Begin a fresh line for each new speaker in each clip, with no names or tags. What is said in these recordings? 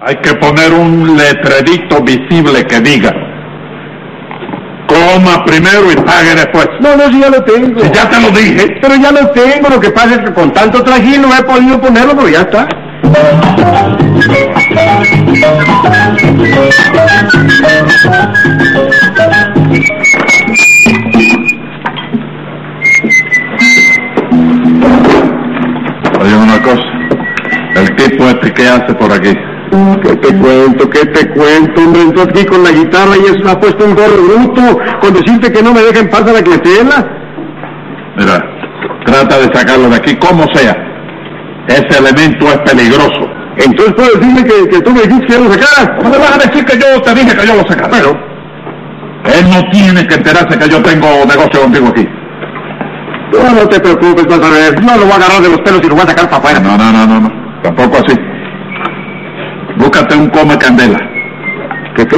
Hay que poner un letrerito visible que diga. Coma primero y pague después.
No, no, sí ya lo tengo.
Si ya te lo dije.
Pero ya lo tengo, lo que pasa es que con tanto trajín no he podido ponerlo, pero ya está.
Oye, una cosa. El tipo este que hace por aquí.
¿Qué te cuento? ¿Qué te cuento? Hombre, entró aquí con la guitarra y eso me ha puesto un gorro bruto con decirte que no me deja en paz a la clientela.
Mira, trata de sacarlo de aquí como sea. Ese elemento es peligroso.
Entonces puedo decirle que, que tú me dijiste que lo
¿Cómo le
sacara.
vas a decir que yo te dije que yo lo sacara? Pero él no tiene que enterarse que yo tengo negocio contigo aquí.
No, no te preocupes, vas a ver. No lo voy a agarrar de los pelos y lo voy a sacar para afuera.
No, no, no, no, no. Tampoco así. Búscate un come candela. ¿Qué qué?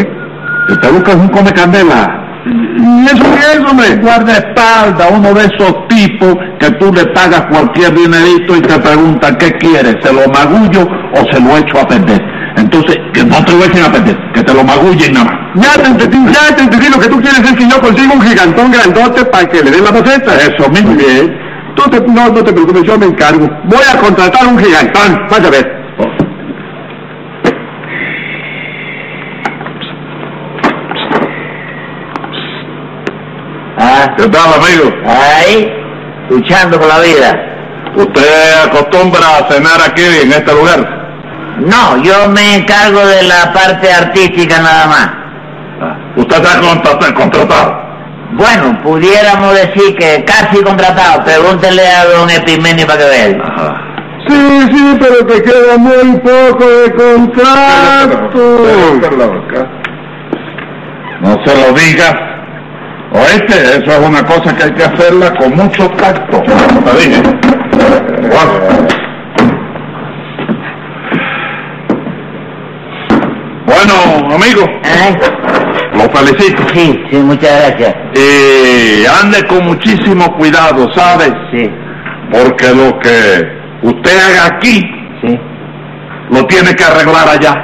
Si te buscas un come candela.
¿Y eso qué Mm, es, hombre?
Guardaespaldas, uno de esos tipos que tú le pagas cualquier dinerito y te preguntan qué quieres, se lo magullo o se lo echo a perder. Entonces, que no te lo echen a perder, que te lo magullen nada más.
Ya te entendí, ya te entendí. Lo que tú quieres es que yo consiga un gigantón grandote para que le den la boceta.
Eso mismo.
Bien. Tú te- no, no te preocupes, yo me encargo. Voy a contratar un gigantón. Vas a ver.
Ah,
¿Qué tal, amigo?
ahí, luchando por la vida.
¿Usted acostumbra a cenar aquí en este lugar?
No, yo me encargo de la parte artística nada más.
Usted está contrata- contratado.
Bueno, pudiéramos decir que casi contratado. Pregúntele a don Epimeni para que vea.
Sí, sí, pero te queda muy poco de contrato.
No se lo digas. Oíste, eso es una cosa que hay que hacerla con mucho tacto. Te dije. Bueno. Bueno, amigo,
¿Eh?
lo felicito.
Sí, sí, muchas gracias.
Y ande con muchísimo cuidado, ¿sabes?
Sí,
Porque lo que usted haga aquí,
sí.
lo tiene que arreglar allá.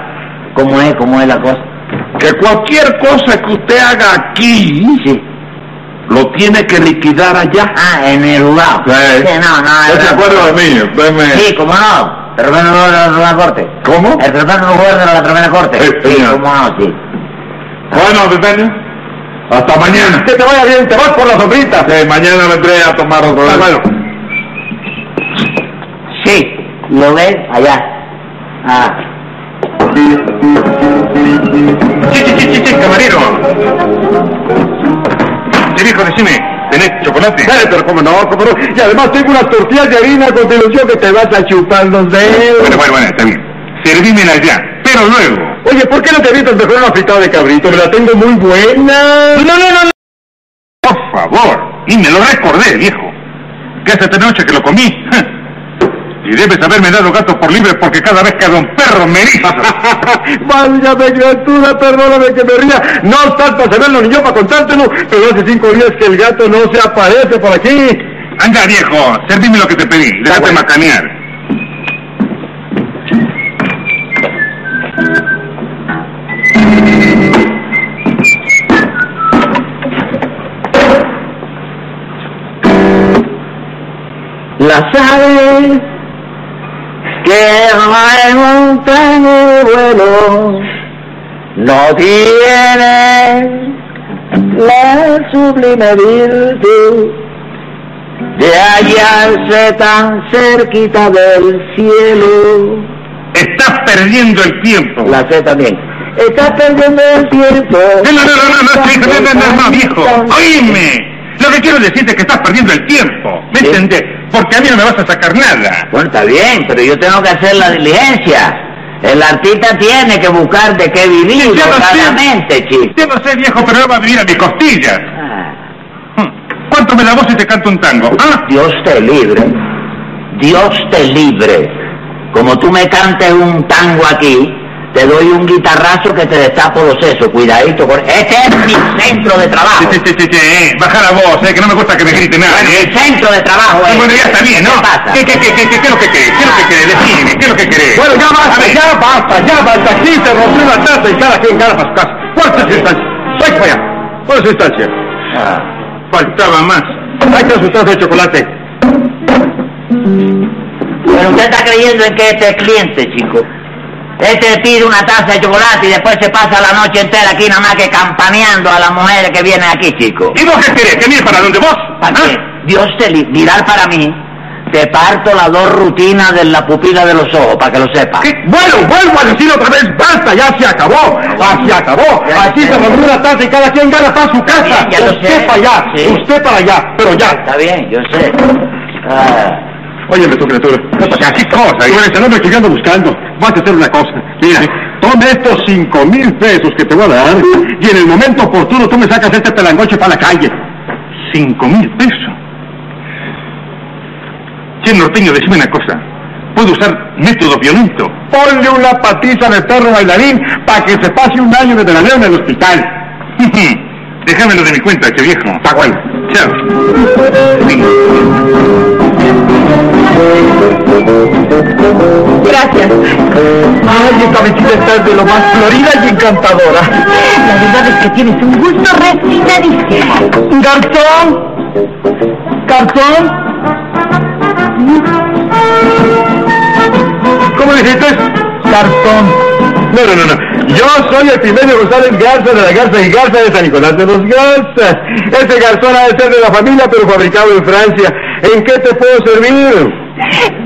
¿Cómo es? ¿Cómo es la cosa?
que cualquier cosa que usted haga aquí
Sí.
lo tiene que liquidar allá.
Ah, en el lugar.
Sí.
no, no.
¿Usted
el-
se acuerda de mí? Usted me-
Sí, cómo no. Pero bueno, no, no, no la corte.
¿Cómo?
El tratado no guarda la primera corte.
Sí, señor.
cómo no, sí.
Bueno, Pepeño, hasta mañana.
Que te vaya bien, te vas por la sombrita.
Sí, mañana vendré a tomar otro
Ah,
lado.
bueno.
Sí, lo ven allá. Ah.
Sí, sí, sí, sí, sí, camarero. Sí, viejo, decime, ¿tenés chocolate?
Eh, pero cómo no, cómo no. Y además tengo unas tortillas de harina con dilución que te vas a chupar los dedos.
Bueno, bueno, bueno, está bien. Servímela ya, pero luego.
Oye, ¿por qué no te evitas mejor una fritada de cabrito? Me la tengo muy buena.
No, no, no, no. Por favor, y me lo recordé, viejo. Que hace esta noche que lo comí. Y debes haberme dado gatos por libre porque cada vez que don perro me dice.
Válgame, criatura, perdóname que me ría. No estás para saberlo ni yo para contártelo, pero hace cinco días que el gato no se aparece por aquí.
Anda, viejo, servime lo que te pedí. Déjate
bueno.
macanear.
La sabes que no hay montaña de vuelo, no tiene la sublime virtud de hallarse tan cerquita del cielo.
Estás perdiendo el tiempo.
La sé también. Estás perdiendo el tiempo.
No, no, no, no, no, sí, no, no, no, no, viejo. Oíme. Lo que quiero decirte es que estás perdiendo el tiempo. ¿Me
Sí.
entendés? Porque a mí no me vas a sacar nada.
Bueno, está bien, pero yo tengo que hacer la diligencia. El artista tiene que buscar de qué vivir,
Ya lo sé.
claramente, chico.
Yo no sé, viejo, pero no va a vivir a mis costillas.
Ah,
Hm. ¿Cuánto me da vos si te canto un tango? ¿Ah?
Dios te libre. Dios te libre. Como tú me cantes un tango aquí, te doy un guitarrazo que te destapo los sesos. Cuidadito, con... este es mi centro de
Sí,
trabajo.
sí, sí, sí, sí, eh. Baja la voz, eh, que no me gusta que me grite nada,
Ah. Bueno,
eh.
mi centro de trabajo es... este.
Pues,
Bueno, ya está bien, ¿no?
¿Qué pasa?
¿Qué, qué, qué, qué, qué, qué es lo que querés? ¿Qué es lo que querés? Decime, ¿qué es lo que querés?
Ah. Bueno, ya
A
basta,
ver.
ya basta, ya basta. Aquí se rompió la taza y cada quien gana para su casa. ¿Cuál es su instancia? Soy para allá. ¿Cuál es su instancia?
Ah,
Faltaba más.
Ahí está su taza de chocolate.
Pero usted está creyendo en que este es cliente, chico. Este pide una taza de chocolate y después se pasa la noche entera aquí nada más que campaneando a las mujeres que vienen aquí, chico.
¿Y vos qué querés? ¿Que mire para dónde vos?
¿Para
¿Ah?
qué? Dios te li- mirar para mí. Te parto las dos rutinas de la pupila de los ojos, para que lo sepas.
¿Qué? Bueno, vuelvo a decir otra vez, basta, ya se acabó, ya se acabó.
Ya
Aquí
sé.
se rompió una taza y cada quien gana para su casa.
bien, ya lo sé.
usted para allá,
Sí.
usted para allá, pero ya.
Está bien, yo sé. Ah,
Óyeme, tu criatura.
Ven para acá, ¿Qué cosa?
Ahí
hijo?
bueno, ese nombre que yo ando buscando. Vas a hacer una cosa. Mira, tome estos cinco mil pesos que te voy a dar y en el momento oportuno tú me sacas este pelangoche para la calle.
Cinco mil pesos. Che, norteño, decime una cosa. ¿Puedo usar método violento?
Ponle una patiza de perro bailarín para que se pase un año desde la ley en el hospital.
Déjamelo de mi cuenta, che viejo.
Está bueno.
Chao.
Gracias.
Ay, esta vecina está de lo más florida y encantadora.
La verdad es que tienes un gusto refinadísimo.
¡Garzón! ¡Garzón! ¿Cómo dijiste? Garzón. No, no, no, no. Yo soy el primero González Garza de la Garza y Garza de San Nicolás de los Garzas. Este garzón ha de ser de la familia, pero fabricado en Francia. ¿En qué te puedo servir?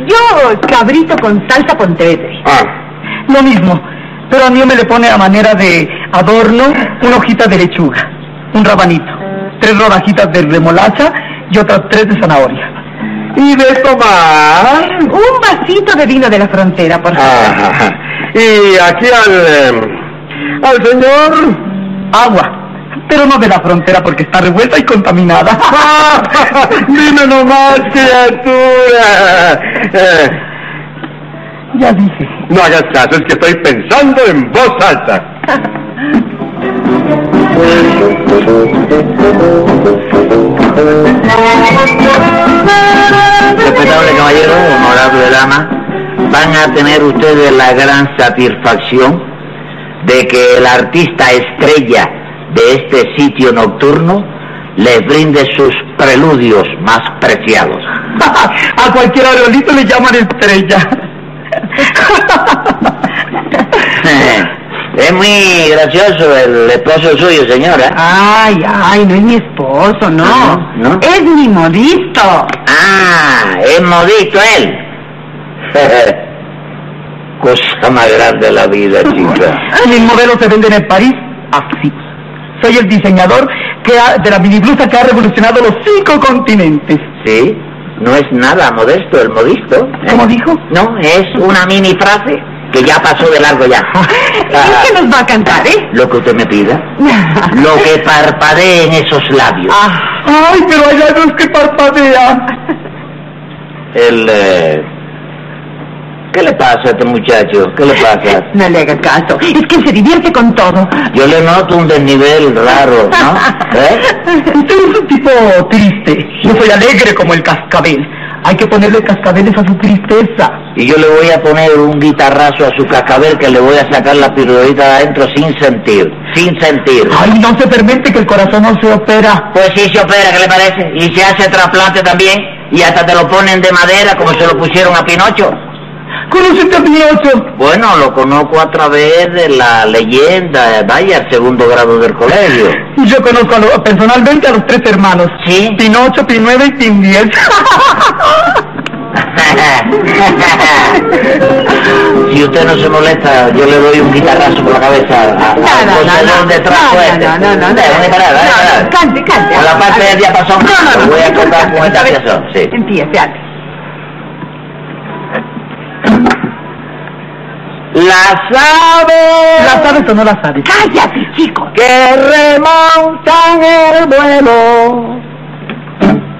Yo, cabrito con salsa pontevedre.
Ah,
Lo mismo, pero a mí me le pone a manera de adorno una hojita de lechuga, un rabanito, tres rodajitas de remolacha y otras tres de zanahoria.
¿y de tomar?
Un vasito de vino de la frontera, por favor.
Ah, y aquí al... eh, al señor...
Agua, pero no de la frontera porque está revuelta y contaminada.
Dime nomás, criatura. Eh,
ya dije.
No hagas caso, es que estoy pensando en voz alta.
respetable caballero, honorable dama, van a tener ustedes la gran satisfacción de que el artista estrella de este sitio nocturno les brinde sus preludios más preciados.
a cualquier aerolito le llaman estrella.
es muy gracioso el esposo suyo, señora.
Ay, ay, no es mi esposo, no.
Ah, ¿No? ¿No?
Es mi modisto.
Ah, es modisto él. Cosa más grande de la vida, chica.
Mis modelos se venden en París así. Soy el diseñador que ha- de la mini blusa que ha revolucionado los cinco continentes.
Sí, no es nada modesto el modisto. ¿eh?
¿Cómo dijo?
No, es una mini frase que ya pasó de largo ya. Ah,
¿Y qué nos va a cantar, eh?
lo que usted me pida, lo que parpadee en esos labios.
Ah, ay, pero hay labios que parpadea.
El... eh, ¿Qué le pasa a este muchacho? ¿Qué le pasa?
No le haga caso, es que se divierte con todo.
Yo le noto un desnivel raro, ¿no? ¿Eh?
Usted es un tipo triste. Yo soy alegre como el cascabel. Hay que ponerle cascabeles a su tristeza.
Y yo le voy a poner un guitarrazo a su cascabel que le voy a sacar la pirueta de adentro sin sentir, sin sentir.
Ay, no se permite que el corazón no se opera.
Pues sí se opera, ¿qué le parece? Y se hace trasplante también, y hasta te lo ponen de madera como se lo pusieron a Pinocho.
¿Conoce a Pinocho?
Bueno, lo conozco a través de la leyenda, eh, vaya, segundo grado del colegio.
Yo conozco a lo- personalmente a los tres hermanos.
Sí.
Pinocho, Pinueve y Pindiel.
si usted no se molesta, yo le doy un guitarrazo por la cabeza a- a- al
Nada,
poseedor
no, no.
de trapo
No, no,
este.
no, no, no, no.
Déjame parar, déjame
No,
parar.
no, cante, cante.
Con la parte del diapasón,
No, no, no.
voy a cortar con esta
A ver,
canción, sí.
Empiece, Alex.
Las aves
¿La sabes o no la sabes?
Cállate, chico.
que remontan el vuelo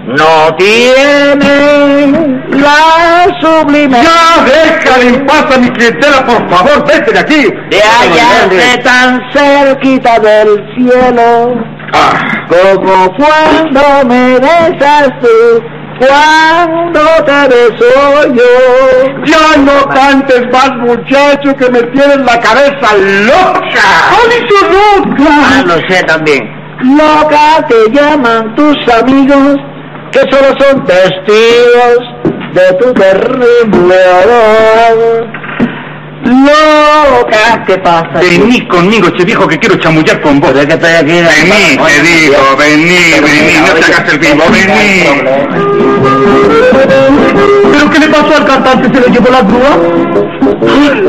no tienen la sublime
¡Ya déjale en paz a mi clientela, por favor! ¡Vete de aquí!
de hallarse tan cerquita del cielo
Ah,
como cuando me besas tú cuando te beso yo
¡Ya no cantes más, muchacho, que me tienes la cabeza loca!
ah, lo sé también loca te llaman tus amigos que solo son testigos de tu terrible olor loca ¿qué pasa
Vení conmigo, che viejo, que quiero chamullar con vos.
Pero es que estoy aquí
Vení, te digo, vení, vení, no te hagas el vivo, vení.
¿Pero qué le pasó al cantante? ¿Se lo llevó la grúa?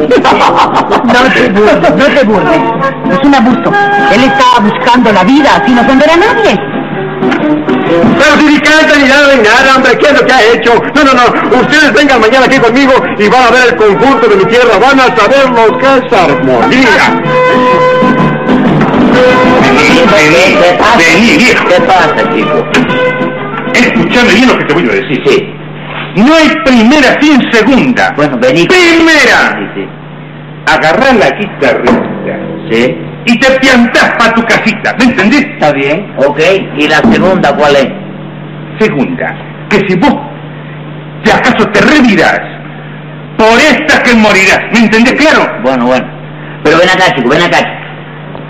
No te burles, no te burles. Es un abuso. Él está buscando la vida sin ofender a nadie.
Pero si ni canta ni nada ni nada, hombre, ¿qué es lo que ha hecho? No, no, no, ustedes vengan mañana aquí conmigo y van a ver el conjunto de mi tierra, van a saber lo que es armonía.
vení
Vení, viejo.
¿qué pasa chico?
Escuchame bien lo que te voy a decir.
sí
No hay primera sin segunda.
bueno vení
Primera,
sí,
agarrar la guitarra
sí. sí
y te piantás para tu casita, ¿me entendés?
está bien ok y la segunda ¿cuál es?
Segunda, que si vos, si acaso te revirás, por esta que morirás, ¿me entendés claro?
Bueno, bueno. Pero ven acá, chico, ven acá.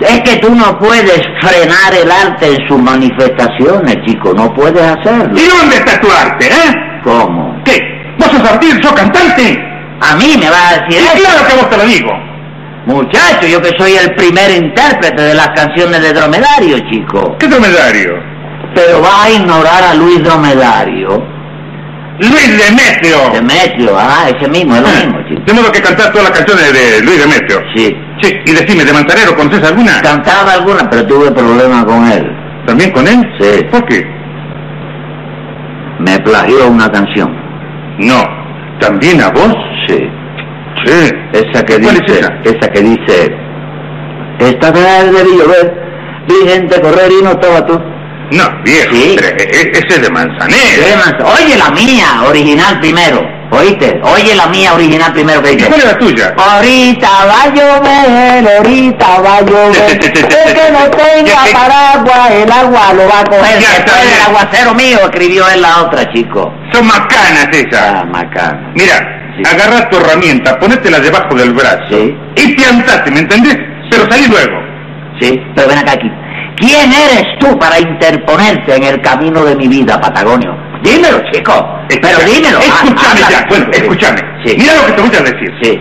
Es que tú no puedes frenar el arte en sus manifestaciones, chico. No puedes hacerlo.
¿Y dónde está tu arte, eh?
¿Cómo?
¿Qué? ¿Vos sos artista, sos cantante?
A mí me vas a decir
Y
eso.
claro que vos te lo digo.
Muchacho, yo que soy el primer intérprete de las canciones de Dromedario, chico.
¿Qué dromedario?
Pero vas a ignorar a Luis Dromedario.
Luis Demetrio.
Demetrio, ah, ese mismo, es lo mismo, chico.
De modo que cantás todas las canciones de Luis Demetrio.
Sí.
Sí, y decime, ¿de Mantanero conoces alguna?
Cantaba alguna, pero tuve problemas con él.
¿También con él?
Sí.
¿Por qué?
Me plagió una canción.
No. ¿También a vos?
Sí.
Sí.
Esa que
¿Cuál
dice,
es esa?
que dice, esta tarde vi llover, vi gente correr y no estaba tú.
No, viejo.
Sí.
pero e- e- ese es de Manzanero.
Qué manso. Oye la mía, original primero, ¿oíste? Oye la mía, original primero que
¿Y
dice.
cuál es la tuya?
Ahorita va a llover, ahorita va a llover, el que no tenga
Ya, ya.
paraguas, el agua lo va a coger.
Ya está
Después
bien.
del aguacero mío, escribió él la otra, chico.
Son macanas esas.
Ah, macana.
Mira,
Sí.
agarrá tu herramienta, ponétela debajo del brazo
Sí.
y piantate, ¿me entendés? Pero salí luego.
Sí, pero ven acá aquí. ¿Quién eres tú para interponerte en el camino de mi vida, Patagonio? Dímelo, chico. Pero
Escucha-
dímelo.
Escúchame
Ah,
ya,
háblame.
bueno, escúchame.
Sí.
Mira lo que te voy a decir.
Sí.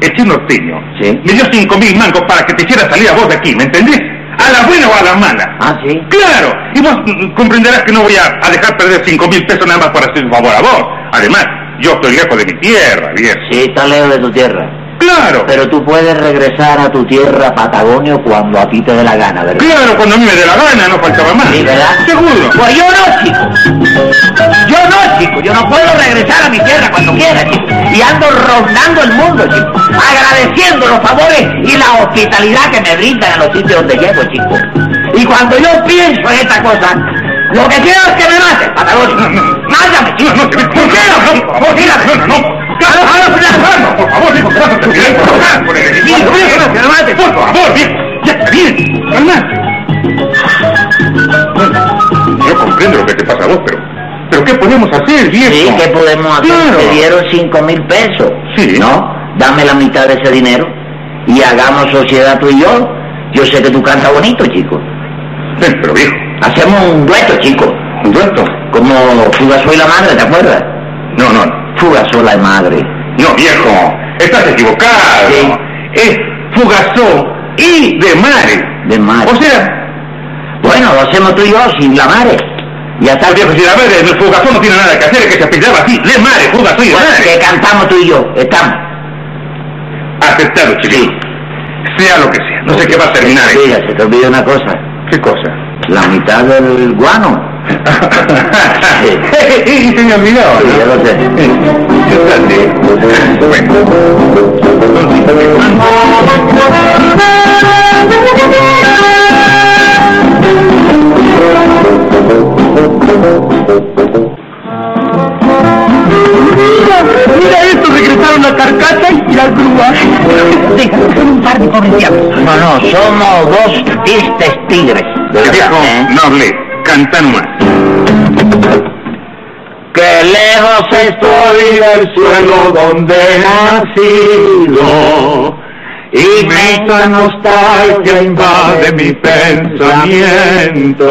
El chino Orteño
Sí.
me dio cinco mil mangos para que te hiciera salir a vos de aquí, ¿me entendés? A la buena o a la mala.
Ah, sí.
Claro, y vos mm, comprenderás que no voy a, a dejar perder cinco mil pesos nada más para hacer un favor a vos. Además, yo estoy lejos de mi tierra, viejo.
Sí, está lejos de tu tierra.
Claro,
Pero tú puedes regresar a tu tierra, Patagonio, cuando a ti te dé la gana, ¿verdad?
claro, cuando a mí me dé la gana, no faltaba más.
Sí, ¿verdad?
Seguro.
Pues yo no, chico. Yo no, chico. Yo no puedo regresar a mi tierra cuando quiera, chico. Y ando rondando el mundo, chico. Agradeciendo los favores y la hospitalidad que me brindan a los sitios donde llego, chico. Y cuando yo pienso en esta cosa, lo que quiero es que me maten,
No,
Patagonio.
no, no.
Mátame,
No,
chico.
no, te-
¿Por qué no,
no,
chico?
por favor,
Dígame.
no, no, no. Claro, claro, claro, por favor, viejo, claro, te piden por favor, por el enemigo,
Bueno,
viejo,
bueno, pero mate.
por favor, viejo, ya está bien, calmate. Bueno, yo comprendo lo que te pasa a vos, pero, pero ¿qué podemos hacer, viejo?
Sí, ¿qué podemos hacer?
Claro.
Te dieron cinco mil pesos.
Sí.
¿No? Dame la mitad de ese dinero y hagamos sociedad tú y yo. Yo sé que tú cantas bonito, chico.
Ven, pero viejo,
Hacemos un dueto, chico.
un dueto.
Como Fuga Soy la Madre, ¿te acuerdas?
No, no, no,
Fuga Soy la Madre.
no, viejo, estás equivocado.
Sí.
Es Fugazó y de Mare.
De madre.
O sea,
Bueno, lo hacemos tú y yo sin la madre. Y hasta
Oye, pues si la madre del fugazón no tiene nada que hacer, es que se peleaba así. Le madre, fugazón y
Bueno, Pues que
madre.
cantamos tú y yo, estamos.
Aceptado, chiquillo. Sea lo que sea. No sé qué va a terminar. ¿eh?
Mira, se te olvidó una cosa,
¿Qué cosa?
la mitad del guano.
y se me olvidó.
Sí, ya lo sé.
Mira esto, regresaron la carcacha y la grúa. Deja, son un par de pobres diablos.
No, no, somos dos tristes tigres. de
Que
verdad,
viejo
¿eh?
noble, canta nomás.
Que lejos estoy del suelo donde he nacido y me esta nostalgia invade mi pensamiento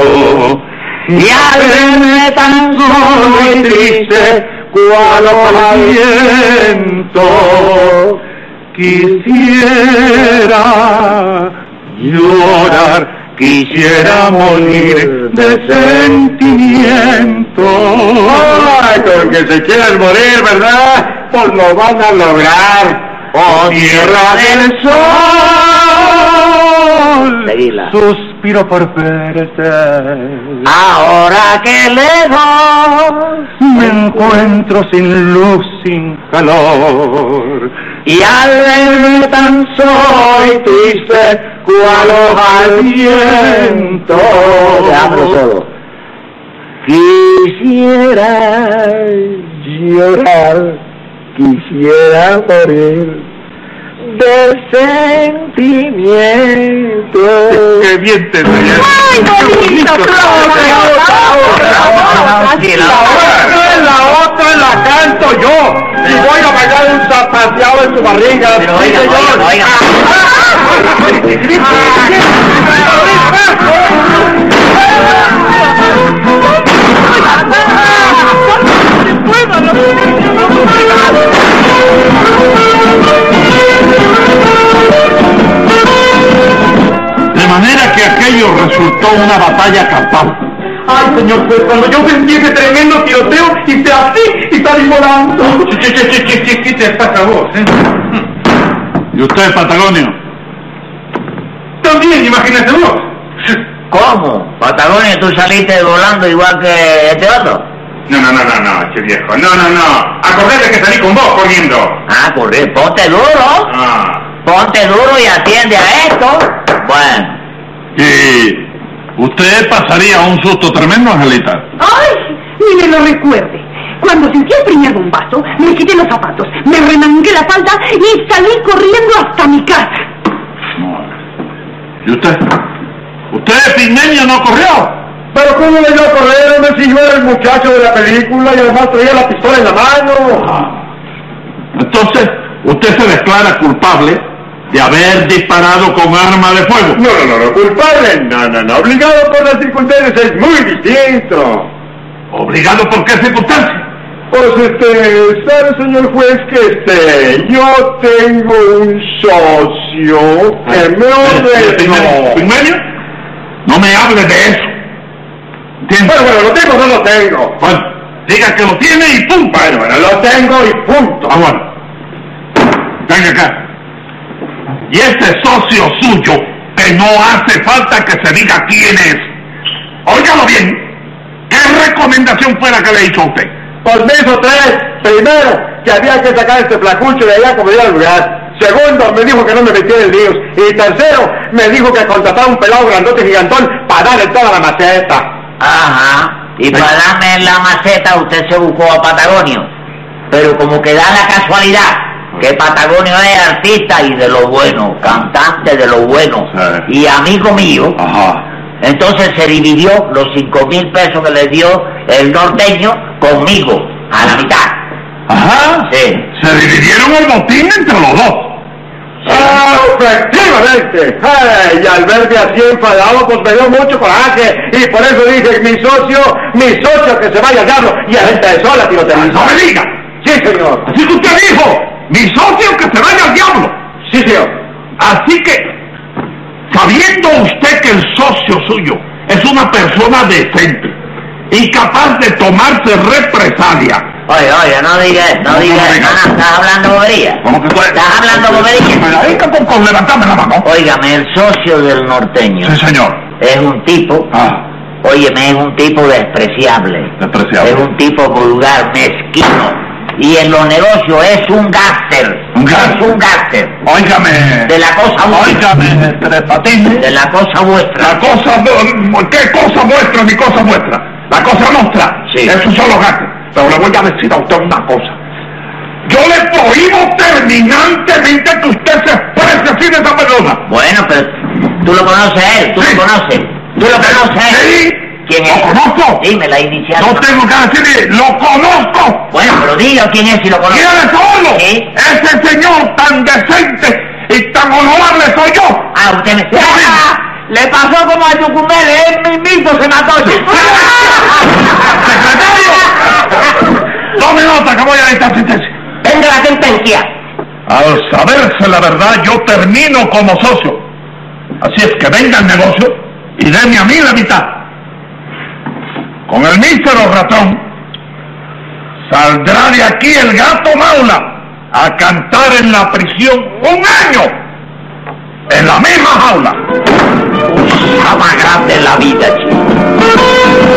y al verme tan solo y triste cual aliento quisiera llorar quisiera morir de sentimiento
¡Ay, con que se quieran morir, ¿verdad? Pues lo van a lograr.
Oh,
Tierra del Sol.
Seguila.
Suspiro por verte.
Ahora que lejos
Me encuentro sin luz, sin calor.
y al verme tan
Soy
soy
triste, cual hoja al viento.
te abro todo.
Quisiera llorar, quisiera morir de sentimiento.
¡Qué bien te enseñaste!
¡Ay, bonito, Claudio! ¡Bravo, bravo!
Sí,
Así
la
la-
No es la otra, la canto yo. Y voy a bailar un zapateado en su barriga.
Pero
sí,
oiga,
señor.
oiga, oiga.
De manera que aquello resultó una batalla campal.
Ay, señor juez, cuando yo sentí ese tremendo tiroteo, hice así y salí volando.
¿Qué, qué, qué, qué, qué, qué te pasa a vos, eh? ¿Y usted, Patagonio? También, imagínate vos.
¿Cómo? Patagonia, tú saliste volando igual que este otro.
No, no, no, no, no, che viejo. No, no, no. Acordate que salí con vos corriendo.
Ah, correr, ponte duro,
Ah.
ponte duro y atiende a esto. Bueno,
Y usted pasaría un susto tremendo, Angelita.
¡Ay! Ni me lo recuerde. Cuando sentí el primer bombazo, me quité los zapatos, me remangué la falda y salí corriendo hasta mi casa.
¿Y usted? ¿Usted, Pigmenio, no corrió?
Pero cómo le dio a correr, hombre, si yo era el muchacho de la película y además traía la pistola en la mano.
Ah. Entonces, usted se declara culpable de haber disparado con arma de fuego.
No, no, no, no, culpable, no, no, no, obligado por las circunstancias es muy distinto.
¿Obligado por qué circunstancia?
Pues este, ¿sabe señor juez que este, yo tengo un socio que me
Pigmenio,
ordenó?
Pigmenio, no me hable de eso. ¿Entiende?
Bueno, bueno, lo tengo, no lo tengo.
Bueno, diga que lo tiene y pum. Bueno, bueno,
Lo tengo y punto.
Ah, bueno. Venga acá. Y ese socio suyo, que no hace falta que se diga quién es. Óigalo bien. ¿Qué recomendación fuera que le hizo a usted?
Pues me hizo tres. Primero, que había que sacar este flacucho de allá como diera lugar. Segundo, me dijo que no me metiera en líos. Y tercero, me dijo que contratara un pelado grandote gigantón para darle toda la maceta.
ajá. Y para darme en la maceta usted se buscó a Patagonio. Pero como que da la casualidad que Patagonio es artista y de lo bueno, cantante de lo bueno
Sí.
y amigo mío.
Ajá.
Entonces se dividió los cinco mil pesos que le dio el norteño conmigo, a la mitad.
Ajá.
Sí.
Se dividieron el botín entre los dos.
¡Ah, efectivamente! ¡Ay! Y al verme así enfadado, pues me dio mucho coraje. Y por eso dije, mi socio, mi socio, que se vaya al diablo. Y empezó la
No
tirotería.
me diga.
Sí, señor.
Así que usted dijo, mi socio que se vaya al diablo.
Sí, señor.
Así que, sabiendo usted que el socio suyo es una persona decente, y capaz de tomarse represalia.
Oye, oye, no digas, no
¿Cómo
digas,
que no?
hermana, estás hablando bobería.
Como que tú eres-
Estás hablando
Me
bobería.
la dedico con, con levantarme la mano.
Óigame, el socio del norteño
Sí, señor.
es un tipo,
Ah,
óyeme, es un tipo despreciable. Es
despreciable.
un tipo vulgar, mezquino. Y en los negocios es un gáster.
Un gáster.
Es un gáster.
Óigame.
De la cosa vuestra.
Óigame, tres patines.
De la cosa vuestra.
La cosa, no- ¿qué cosa vuestra ni cosa vuestra? La cosa nuestra.
Sí.
Eso son los gatos. Pero le voy a decir a usted una cosa. Yo le prohíbo terminantemente que usted se exprese así de esa persona.
Bueno, pero tú lo conoces a él, tú
Sí.
lo conoces. Tú lo conoces a él.
Sí.
¿Quién
Lo
es?
conozco.
Dime la inicial.
No tengo que decirle, lo conozco.
Bueno, pero diga quién es si lo conoces.
¿Quiere saberlo?
Sí.
Ese señor tan decente y tan honorable soy yo.
Ah, usted me...
Ah,
Le pasó como a Yucumel, él mismito se mató. Ah.
¡Secretario! Tome nota que voy a dictar sentencia.
Venga la sentencia.
Al saberse la verdad, yo termino como socio. Así es que venga el negocio y deme a mí la mitad. Con el mísero ratón saldrá de aquí el gato Maula a cantar en la prisión un año en la misma jaula.
La más grande en la vida, chico.